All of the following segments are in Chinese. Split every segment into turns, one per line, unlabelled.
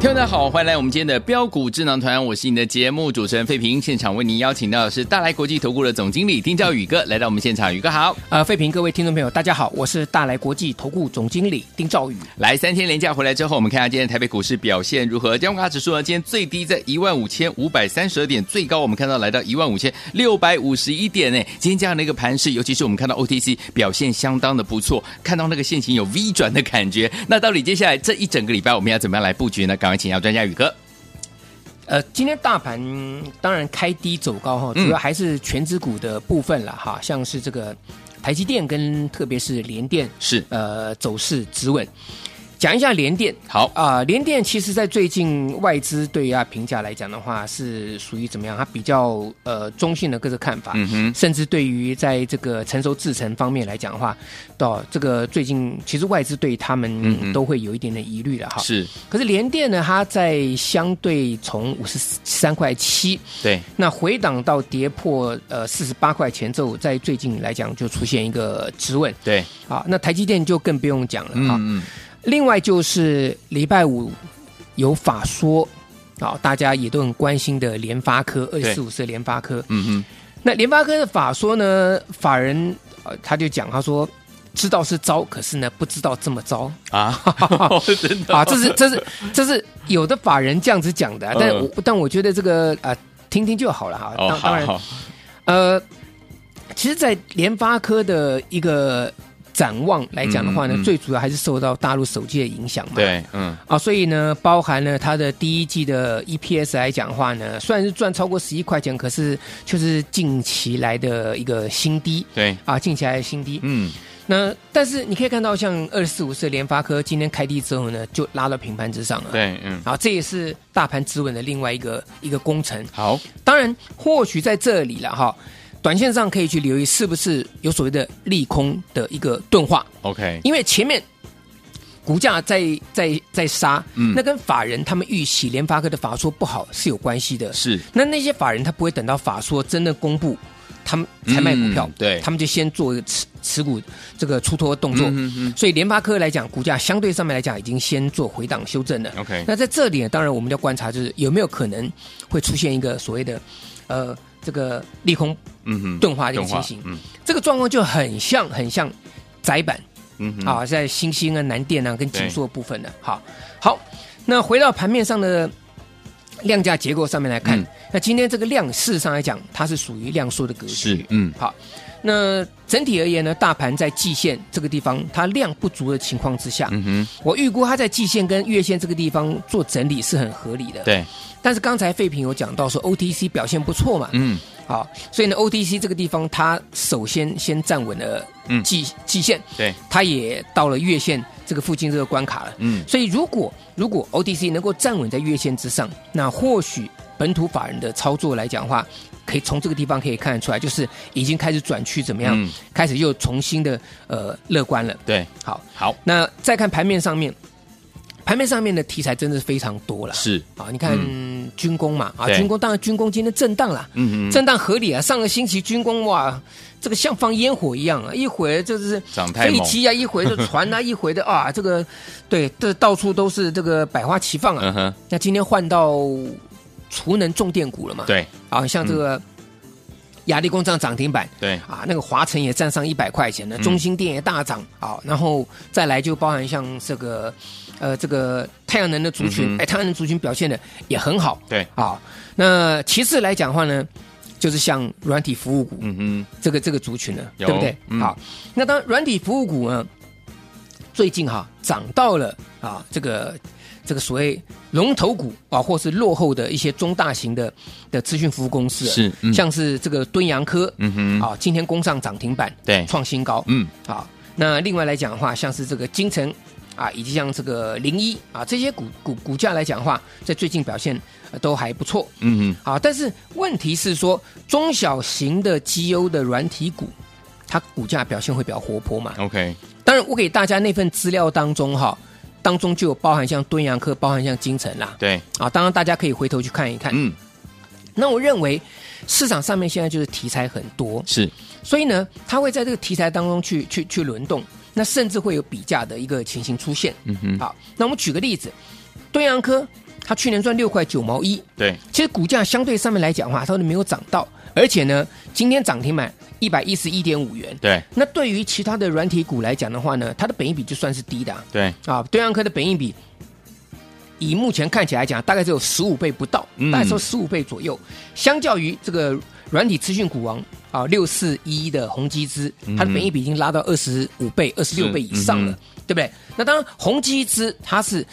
听众大家好，欢迎来我们今天的标股智囊团，我是你的节目主持人费平。现场为您邀请到的是大来国际投顾的总经理丁兆宇哥来到我们现场，宇哥好。
呃，费平各位听众朋友，大家好，我是大来国际投顾总经理丁兆宇。
来三天连假回来之后，我们看一下今天台北股市表现如何？加权指数呢，今天最低在一万五千五百三十二点，最高我们看到来到一万五千六百五十一点呢。今天这样的一个盘势，尤其是我们看到 OTC 表现相当的不错，看到那个线型有 V 转的感觉。那到底接下来这一整个礼拜我们要怎么样来布局呢？赶快请教专家宇哥。
呃，今天大盘当然开低走高哈，主要还是全指股的部分了哈，像是这个台积电跟特别是联电
是
呃走势止稳。讲一下联电，
好
啊、联电其实在最近外资对它评价来讲的话，是属于怎么样？它比较呃中性的各个看法，
嗯哼
甚至对于在这个成熟制程方面来讲的话，到这个最近其实外资对他
嗯哼
们都会有一点点疑虑了哈。
是，
可是联电呢，它在相对从五十三块七，
对，
那回档到跌破呃四十八块钱之后，在最近来讲就出现一个质问
对，
啊。那台积电就更不用讲了哈、
嗯嗯，
另外就是礼拜五有法说啊，大家也都很关心的联发科二
对
四五四联发科。
嗯哼，
那联发科的法说呢，法人呃他就讲他说。知道是糟，可是呢，不知道这么糟。
啊， 真的
啊，这是这是这是有的法人这样子讲的啊、但
嗯
我、但我觉得这个啊、听听就好了哈。
哦，
当当然，
好好
呃，其实，在联发科的一个展望来讲的话呢，
嗯嗯嗯
最主要还是受到大陆手机的影响嘛。
对，嗯，
啊，所以呢，包含了它的第一季的 EPS 来讲的话呢，虽然是赚超过十一块钱，可是就是近期来的一个新低
对，
啊，近期来的新低。
嗯，
那但是你可以看到，像二四五四联发科今天开低之后呢，就拉到平盘之上了。
对，嗯，
啊，这也是大盘止稳的另外一个一个工程。
好，
当然，或许在这里了哈，短线上可以去留意是不是有所谓的利空的一个钝化，
OK，
因为前面股价在在在杀，
嗯
那跟法人他们预期联发科的法说不好是有关系的。
是
那那些法人他不会等到法说真的公布，他们才卖股票，
嗯对
他们就先做一个持持股这个出脱动作。
嗯嗯
所以联发科来讲，股价相对上面来讲已经先做回档修正了。
，OK，
那在这里呢，当然我们要观察，就是有没有可能会出现一个所谓的，呃，这个利空
嗯哼，
钝化的一个
动画
情形。
嗯
这个状况就很像很像窄板
嗯哼，
啊，在新兴啊、南电啊跟紧缩部分的。好，好，那回到盘面上的量价结构上面来看，
嗯
那今天这个量事实上来讲，它是属于量缩的格局。
是，嗯，
好，那整体而言呢，大盘在季线这个地方，它量不足的情况之下，
嗯哼，
我预估它在季线跟月线这个地方做整理是很合理的。。
对，
但是刚才废品有讲到说 OTC 表现不错嘛，
嗯，
好，所以呢 OTC 这个地方它首先先站稳了
嗯
季、季线，
对，
它也到了月线这个附近这个关卡了。
嗯，
所以如果如果 OTC 能够站稳在月线之上，那或许本土法人的操作来讲的话，可以从这个地方可以看得出来，就是已经开始转趋怎么样，
嗯
开始又重新的呃乐观了。
对，
好，
好，
那再看盘面上面，盘面上面的题材真的是非常多了。
是，嗯
啊，你看、军工嘛，啊，
对
军工当然军工今天震荡啦，
嗯嗯，
震荡合理啊。上个星期军工哇，这个像放烟火一样啊，一会儿就是
涨太
飞
猛，
机啊，一会儿就船啊，一会儿的啊，这个对，这到处都是这个百花齐放啊。
嗯哼，
那今天换到储能重电股了嘛？，
对嗯
啊，像这个亚力工厂涨停板，
对，
啊，那个华晨也站上一百块钱了，
嗯
中心店也大涨啊、然后再来就包含像这个呃这个太阳能的族群
嗯，哼
哎、太阳能族群表现的也很好，
对
啊、那其次来讲的话呢，就是像软体服务股、
嗯哼，
这个这个族群呢，
有
对不对？
嗯
好，那当然软体服务股呢，最近哈、涨到了啊这个这个所谓龙头股啊，或是落后的一些中大型的的资讯服务公司了，啊
是嗯
像是这个敦洋科，
嗯哼
啊，今天攻上涨停板，
对
创新高，
嗯，
啊，那另外来讲的话，像是这个金城啊，以及像这个零一啊，这些股股股价来讲的话，在最近表现、呃都还不错，
嗯
啊，但是问题是说，中小型的绩优的软体股，它股价表现会比较活泼嘛？
哼，OK，
当然，我给大家那份资料当中哈，当中就有包含像敦洋科，包含像金城啦，
对，
啊，当然大家可以回头去看一看。
嗯，
那我认为市场上面现在就是题材很多，
是，
所以呢，它会在这个题材当中去去去轮动，那甚至会有比价的一个情形出现。
嗯哼，
好，那我们举个例子，敦洋科它去年赚六块九毛一，
对，
其实股价相对上面来讲的话，它都没有涨到，而且呢，今天涨停板一百一十一点五元。
对，
那对于其他的软体股来讲的话呢，它的本益比就算是低的啊。
对，
啊，对岸科的本益比，以目前看起来讲，大概只有十五倍不到，
嗯
大概说十五倍左右。相较于这个软体资讯股王啊六四一的宏基资，它的本益比已经拉到二十五倍、二十六倍以上了，
嗯
对不对？那当然，宏基资它是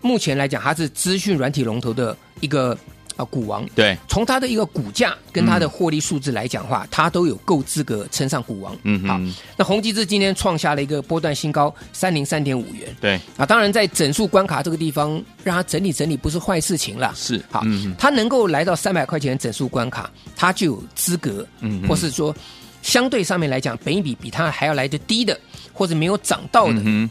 目前来讲，它是资讯软体龙头的一个啊股王。
对，
从它的一个股价跟它的
嗯
获利数字来讲的话，它都有够资格称上股王。
嗯
好
哼，
那宏基资今天创下了一个波段新高，三零三点五元。
对，
啊，当然在整数关卡这个地方，让它整理整理不是坏事情啦。
是，
好
嗯哼，
它能够来到三百块钱的整数关卡，它就有资格，
嗯嗯
或是说相对上面来讲，本一比比它还要来得低的，或者没有涨到的，
嗯哼，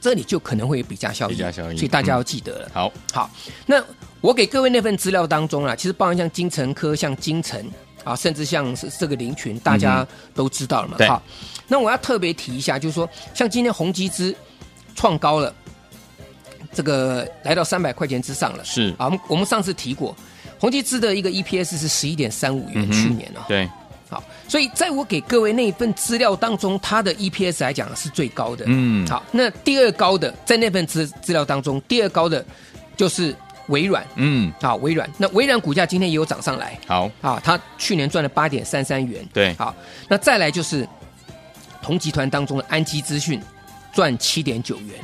这里就可能会有比价效应。
比价效应嗯
所以大家要记得了。
好，
好，那我给各位那份资料当中啊，其实包含像金城科、像金城啊，甚至像是这个林群，大家都知道了嘛。
嗯对
好，那我要特别提一下，就是说，像今天宏基资创高了，这个来到三百块钱之上了。
是，
啊，我们我们上次提过，宏基资的一个 EPS 是十一点三五元，
嗯哼
去年啊。
对，
好，所以在我给各位那一份资料当中，它的 EPS 来讲是最高的。
嗯，，
好，那第二高的在那份资资料当中，第二高的就是微软
嗯，
啊，微软。那微软股价今天也有涨上来
好，
啊，它去年赚了八点三三元。
对，
好，那再来就是同集团当中的安基资讯赚七点九元。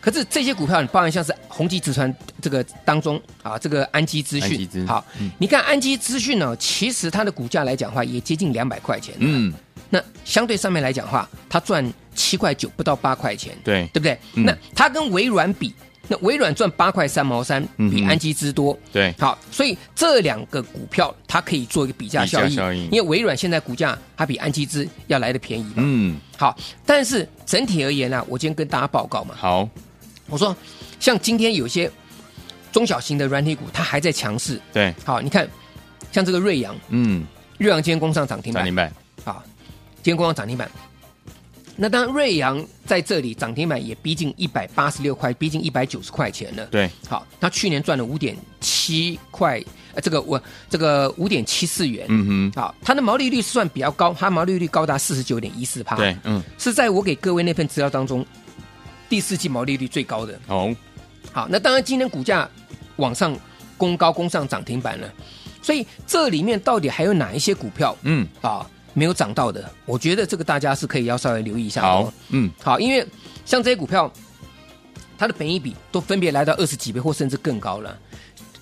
可是这些股票，你包含像是宏基集团这个当中啊，这个安基资
安基
讯
资，嗯
好，你看安基资讯呢，其实它的股价来讲的话，也接近两百块钱。
嗯，
那相对上面来讲的话，它赚七块九不到八块钱，
对，
对不对？
嗯
那它跟微软比，那微软赚八块三毛三，
嗯
比
哼
安基之多。
对，
好，所以这两个股票它可以做一个比价效
比
益，
价效应
因为微软现在股价它比安基之要来的便宜嘛。
嗯，
好，但是整体而言呢、我今天跟大家报告嘛，
好，
我说像今天有些中小型的软体股它还在强势。
对，
好，你看像这个瑞阳，
嗯，
瑞阳今天攻上涨停
涨
板
停，板，
啊，今天光涨停板。那当然，瑞阳在这里涨停板也逼近一百八十六块，逼近一百九十块钱了。
对，
好，那去年赚了五点七块，呃，这个我这个五点七四元。
嗯
好，它的毛利率是算比较高，它毛利率高达四十九点一四
哼，
帕，
对，嗯，
是在我给各位那份资料当中第四季毛利率最高的。
好，
好，那当然今天股价往上攻高攻上涨停板了，所以这里面到底还有哪一些股票
嗯，
啊没有涨到的，我觉得这个大家是可以要稍微留意一下。哦
好，，嗯，
好，因为像这些股票，它的本益比都分别来到二十几倍或甚至更高了，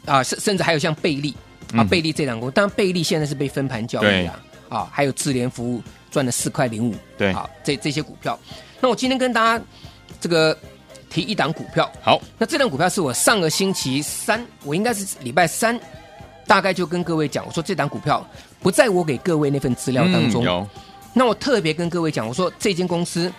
啊，甚甚至还有像贝利啊，
嗯
贝利这两个，当然贝利现在是被分盘交易啊，啊，还有智联服务赚了四块零五，
对，
好，这这些股票，那我今天跟大家这个提一档股票，
好，
那这档股票是我上个星期三，我应该是礼拜三，大概就跟各位讲，我说这档股票不在我给各位那份资料当
嗯，
中。
有，
那我特别跟各位讲，我说这间公司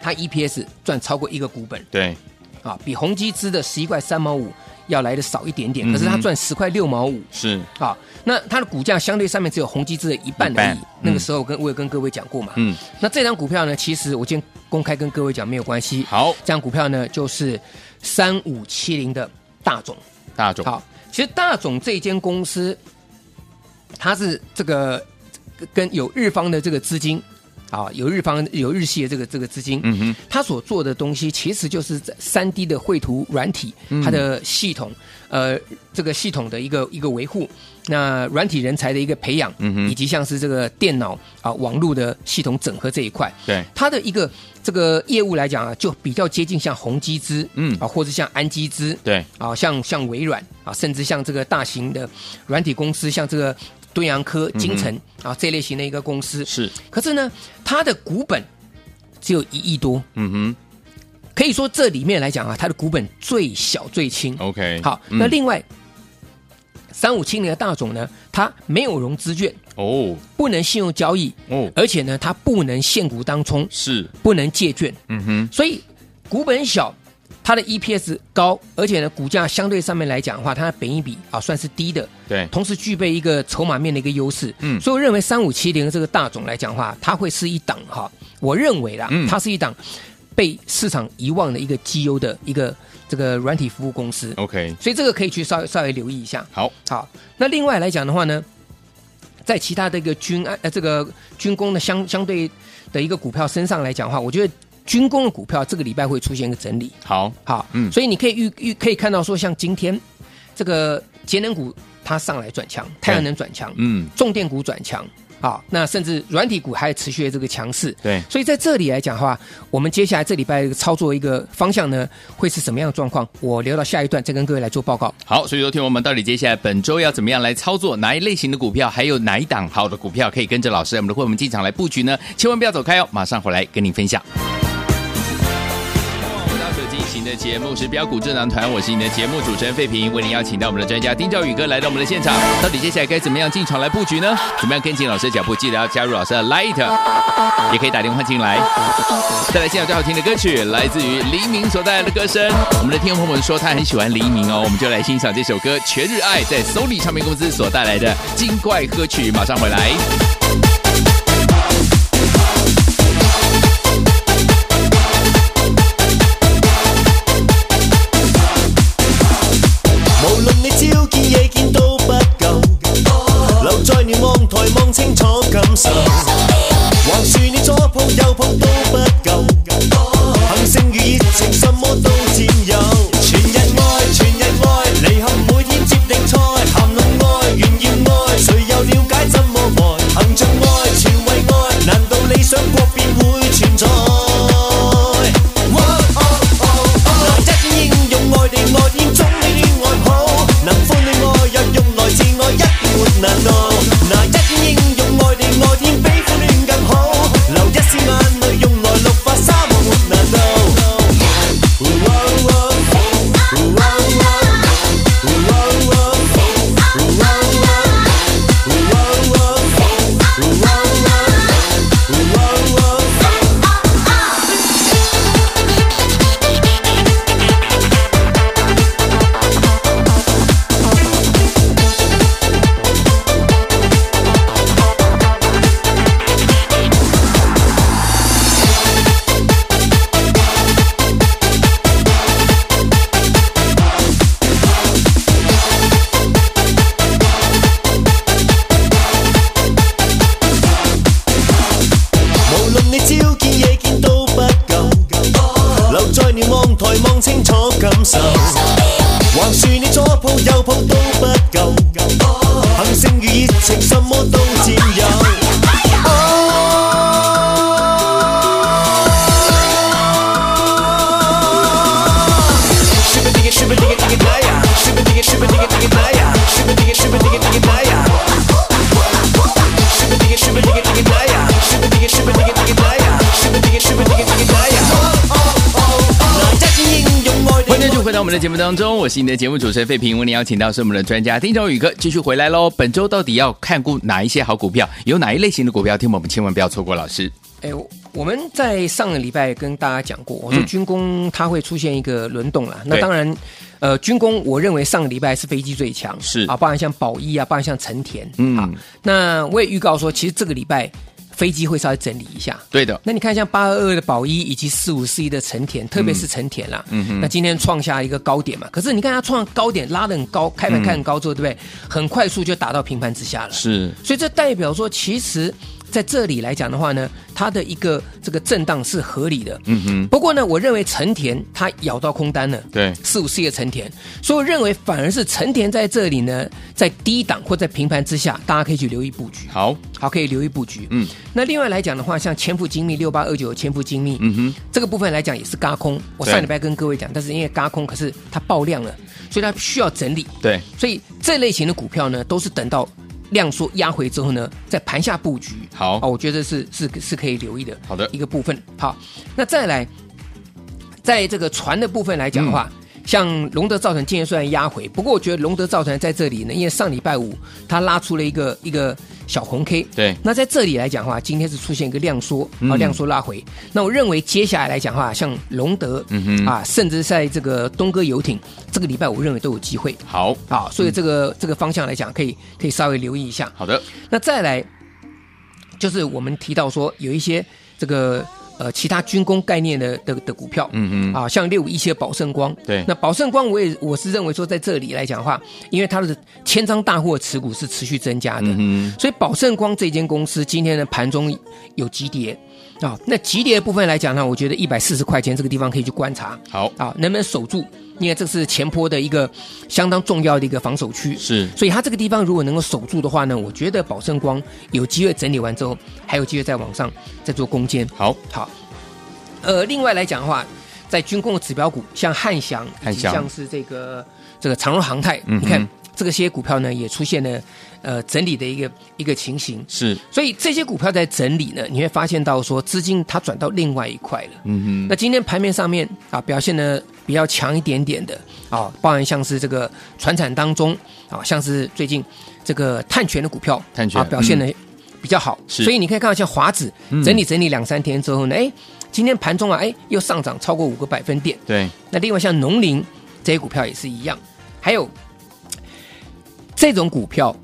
它 EPS 赚超过一个股本
对，
啊，比宏基资的十一块三毛五要来的少一点点，
嗯哼
可是它赚十块六毛五。
是，
啊，那它的股价相对上面只有宏基资的一半
一
而
半
已。那
嗯
个时候跟我有跟各位讲过嘛，
嗯，
那这张股票呢，其实我今天公开跟各位讲没有关系。
好，
这张股票呢就是三五七零的大种。
大众，
好，其实大种这间公司，它是这个跟有日方的这个资金啊，有日方有日系的这个这个资金，
嗯哼，
他所做的东西其实就是三 D 的绘图软体，
嗯
它的系统，呃，这个系统的一个一个维护，那软体人才的一个培养，
嗯哼
以及像是这个电脑啊网络的系统整合这一块，
对，
它的一个这个业务来讲啊，就比较接近像宏基资，
嗯
啊，或者像安基资，
对，
啊，像像微软啊，甚至像这个大型的软体公司，像这个敦洋
嗯
科、金城、啊这类型的一个公司。
是，
可是呢，它的股本只有一亿多，
嗯
可以说这里面来讲啊，它的股本最小最轻。
哼，OK，
好，
嗯
那另外三五七零的大种呢，它没有融资券，
哦
不能信用交易，
哦，
而且呢，它不能现股当冲，
是，
不能借券。
嗯哼，
所以股本小，它的 EPS 高，而且呢，股价相对上面来讲的话，它的本益比啊算是低的，
对，
同时具备一个筹码面的一个优势。
嗯
所以我认为三五七零这个大种来讲的话，它会是一档哈，我认为啦，
嗯
它是一档被市场遗忘的一个绩优的一个这个软体服务公司。
，OK，
所以这个可以去稍微稍微留意一下。
好，
好，那另外来讲的话呢，在其他的一个军安呃这个军工的相相对的一个股票身上来讲的话，我觉得军工的股票这个礼拜会出现一个整理。
好，
好，
嗯
所以你可以预预可以看到说，像今天这个节能股它上来转强，太阳能转强，
嗯，
重电股转强，啊，那甚至软体股还持续的这个强势。
对，
所以在这里来讲的话，我们接下来这礼拜操作一个方向呢，会是什么样的状况？我留到下一段再跟各位来做报告。
好，所以说听我们到底接下来本周要怎么样来操作哪一类型的股票，还有哪一档好的股票可以跟着老师我们的会我们进场来布局呢？千万不要走开哦，马上回来跟您分享。我们到所进行的节目是标股智囊团，我是你的节目主持人费平，为您邀请到我们的专家丁兆宇哥来到我们的现场。到底接下来该怎么样进场来布局呢？怎么样跟紧老师的脚步？记得要加入老师的 Light，也可以打电话进来。再来欣赏最好听的歌曲，来自于黎明所带来的歌声。我们的听众朋友们说他很喜欢黎明哦，我们就来欣赏这首歌《全日爱》在 Sony 唱片公司所带来的精怪歌曲。马上回来。
无论你朝见夜见都不够，留在凝望台望清楚感受。横竖你左抱右抱都不够，行性如热情什么都佔有。全日愛全日愛，離合每天接力賽，談論愛炫耀愛，誰又了解怎麼愛？行着愛全為愛，難道理想國便會存在？哦哦哦哦嗱一應用愛你愛天中的於愛好，能歡你愛又用來自愛一定沒難度。嗱一應用愛你愛天比歡戀更好，流一絲眼淚用來綠化沙漠沒難度。无论你朝见夜见都不够，留在凝望台望清楚感受。横竖你左抱右抱都不够，行性如热情什么都佔有。
欢迎继续回到我们的节目当中，我是你的节目主持人费平，为您邀请到是我们的专家丁兆宇哥继续回来喽。本周到底要看顾哪一些好股票，有哪一类型的股票，听我们千万不要错过，老师。
哎，我我们在上个礼拜跟大家讲过，我说
嗯
军工它会出现一个轮动啦。那
对
当然，呃，军工我认为上个礼拜是飞机最强，
是
啊，包含像宝一啊，包含像成田，
嗯
啊。那我也预告说，其实这个礼拜飞机会稍微整理一下。
对的，
那你看像八二二的宝一以及四五四一的成田，特别
嗯
是成田啦，那今天创下一个高点嘛，可是你看它创高点拉得很高，开盘看很高之后，对不对？很快速就打到平盘之下了，
是
所以这代表说，其实在这里来讲的话呢，它的一个这个震荡是合理的。
嗯哼，
不过呢，我认为成田它咬到空单了，
对
四五四的成田，所以我认为反而是成田在这里呢，在低档或在平盘之下，大家可以去留意布局，
好，
好，可以留意布局。
嗯，
那另外来讲的话，像千富精密六八二九千富精密，
嗯哼，
这个部分来讲也是嘎空，我
对
上礼拜跟各位讲，但是因为嘎空，可是它爆量了，所以它需要整理。
对，
所以这类型的股票呢，都是等到量缩压回之后呢，在盘下布局。
好
啊，我觉得是是是可以留意的。
好的
一个部分。好，那再来，在这个船的部分来讲的
嗯
话。像龙德造船今天虽然压回，不过我觉得龙德造船在这里呢，因为上礼拜五它拉出了一个一个小红 K，
对嗯
那在这里来讲的话，今天是出现一个量缩啊，量缩拉回。那我认为接下来来讲的话，像龙德，
嗯哼
啊，甚至在这个东哥游艇，这个礼拜我认为都有机会。
好，
啊，所以这个、这个方向来讲，可以可以稍微留意一下。
好的，
那再来，就是我们提到说有一些这个呃其他军工概念的的的股票，
嗯哼，
啊，像六五一七的宝盛光，
对
那宝盛光我也我是认为说在这里来讲的话，因为它的千张大户的持股是持续增加的，
嗯哼，
所以宝盛光这间公司今天的盘中有急跌。啊、那急跌的部分来讲呢，我觉得一百四十块钱这个地方可以去观察。
好，
啊，能不能守住？因为这是前坡的一个相当重要的一个防守区，
是
所以它这个地方如果能够守住的话呢，我觉得宝盛光有机会整理完之后，还有机会再往上再做攻坚。
好，
好，呃，另外来讲的话，在军工的指标股，像汉翔，以
汉
及
翔
像是这个这个长荣航太，
嗯哼
你看这个些股票呢也出现了呃整理的一个一个情形。
是，
所以这些股票在整理呢，你会发现到说资金它转到另外一块了。
嗯
那今天盘面上面啊，表现的比较强一点点的啊，包含像是这个船产当中啊，像是最近这个碳权的股票，
碳权嗯
啊表现的比较好，
是嗯
所以你可以看到像华指整理整理两三天之后呢，哎，今天盘中啊，哎又上涨超过五个百分点。
哼，对，
那另外像农林这些股票也是一样，还有这种股票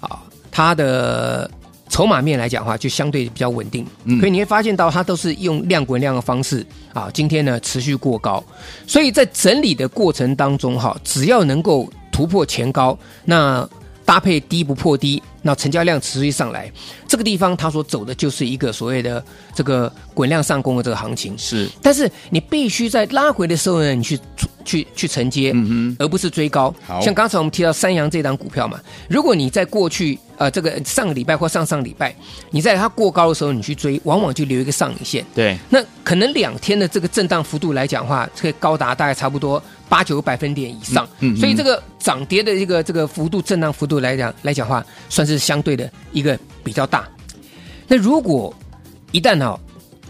啊，它的筹码面来讲的话，就相对比较稳定。
嗯
所以你会发现到它都是用量滚量的方式啊，今天呢持续过高，所以在整理的过程当中哈，只要能够突破前高，那搭配低不破低，那成交量持续上来，这个地方他所走的就是一个所谓的这个滚量上攻的这个行情。
是，
但是你必须在拉回的时候呢，你去去去承接，
嗯
而不是追高。
好
像刚才我们提到三阳这档股票嘛，如果你在过去呃这个上个礼拜或上上礼拜，你在它过高的时候你去追，往往就留一个上影线。
哼，对，
那可能两天的这个震荡幅度来讲的话，可以高达大概差不多八九个百分点以上，
嗯嗯嗯
所以这个涨跌的一个这个幅度震荡幅度来讲来讲的话，算是相对的一个比较大。那如果一旦哈、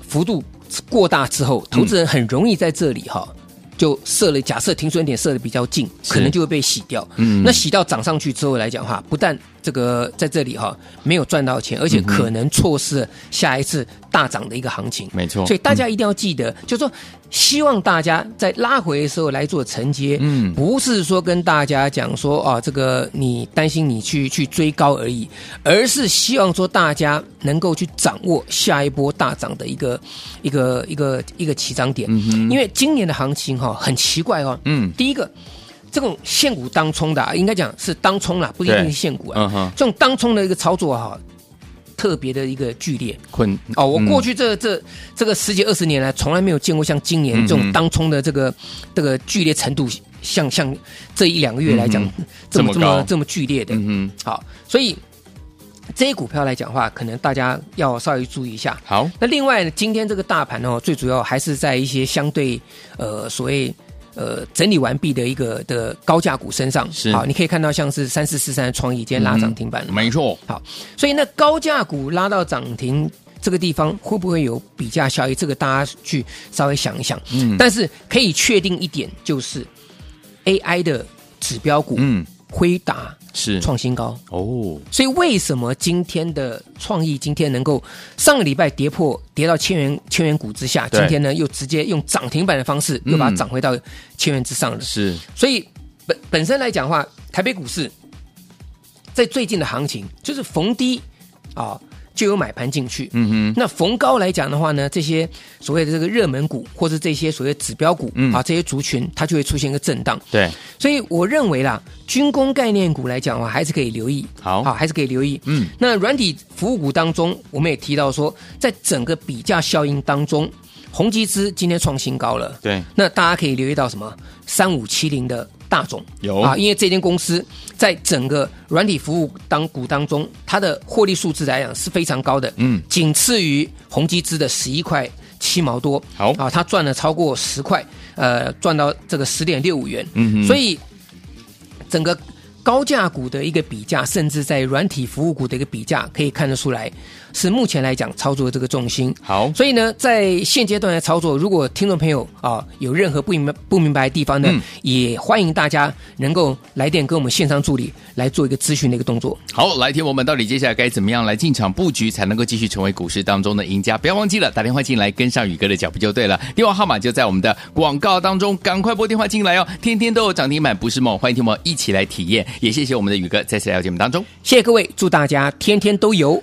幅度过大之后，投资人很容易在这里哈、就设了假设停损点设的比较近，
是
可能就会被洗掉。
嗯
那洗到涨上去之后来讲的话，不但这个在这里哈、没有赚到钱，而
嗯
且可能错失了下一次大涨的一个行情。
没错
所以大家一定要记
嗯
得，就是说希望大家在拉回的时候来做承接，
嗯
不是说跟大家讲说啊，这个你担心你去去追高而已，而是希望说大家能够去掌握下一波大涨的一个一个一个一个起涨点，因为今年的行情哈、很奇怪哦，
嗯
第一个。这种现股当冲的、啊，应该讲是当冲啦，不一定是现股啊。
嗯哼，
这种当冲的一个操作哈、特别的一个剧烈。
困，
哦，我
嗯
过去这这这个十几二十年来，从来没有见过像今年这
嗯
种
嗯
当冲的这个这个剧烈程度，像像这一两个月来讲
嗯，
这么
这
这
么高
么这么剧烈的。
嗯哼，
好，所以这些股票来讲的话，可能大家要稍微注意一下。
好，
那另外呢，今天这个大盘哦，最主要还是在一些相对呃所谓呃整理完毕的一个的高价股身上。
是嗯
好，你可以看到像是三四四三的创意今天拉涨停板了嘛。
没错，
好，所以那高价股拉到涨停这个地方，会不会有比价效益？这个大家去稍微想一想。
嗯
但是可以确定一点，就是 AI 的指标股，
嗯，
辉达
是，
创新高。
哦，
所以为什么今天的创意今天能够上个礼拜跌破跌到千元千元股之下，
对嗯
今天呢又直接用涨停板的方式又把它涨回到千元之上了？
是，
所以本本身来讲的话，台北股市在最近的行情就是逢低啊、就有买盘进去。
嗯哼，
那逢高来讲的话呢，这些所谓的这个热门股，或是这些所谓指标股、
嗯
啊，这些族群，它就会出现一个震荡。
对，
所以我认为啦，军工概念股来讲的话，还是可以留意。啊
好
好，还是可以留意。
嗯，
那软体服务股当中，我们也提到说，在整个比价效应当中，宏基资今天创新高了。
对，
那大家可以留意到什么？三五七零的大种
有
啊，因为这间公司在整个软体服务当股当中，它的获利数字来讲是非常高的，
嗯
仅次于宏基资的十一块七毛多。
好
啊，它赚了超过十块，呃，赚到这个十点六五元。
嗯哼
所以整个高价股的一个比价，甚至在软体服务股的一个比价，可以看得出来是目前来讲操作的这个重心。
好，
所以呢，在现阶段的操作，如果听众朋友啊有任何不明白不明白的地方呢，
嗯
也欢迎大家能够来电跟我们线上助理来做一个咨询的一个动作。
好，来，听我们到底接下来该怎么样来进场布局，才能够继续成为股市当中的赢家？不要忘记了打电话进来跟上宇哥的脚步就对了。电话号码就在我们的广告当中，赶快拨电话进来哦！天天都有涨停板，不是梦。欢迎听我们一起来体验，也谢谢我们的宇哥再次来到节目当中
谢谢各位，祝大家天天都有。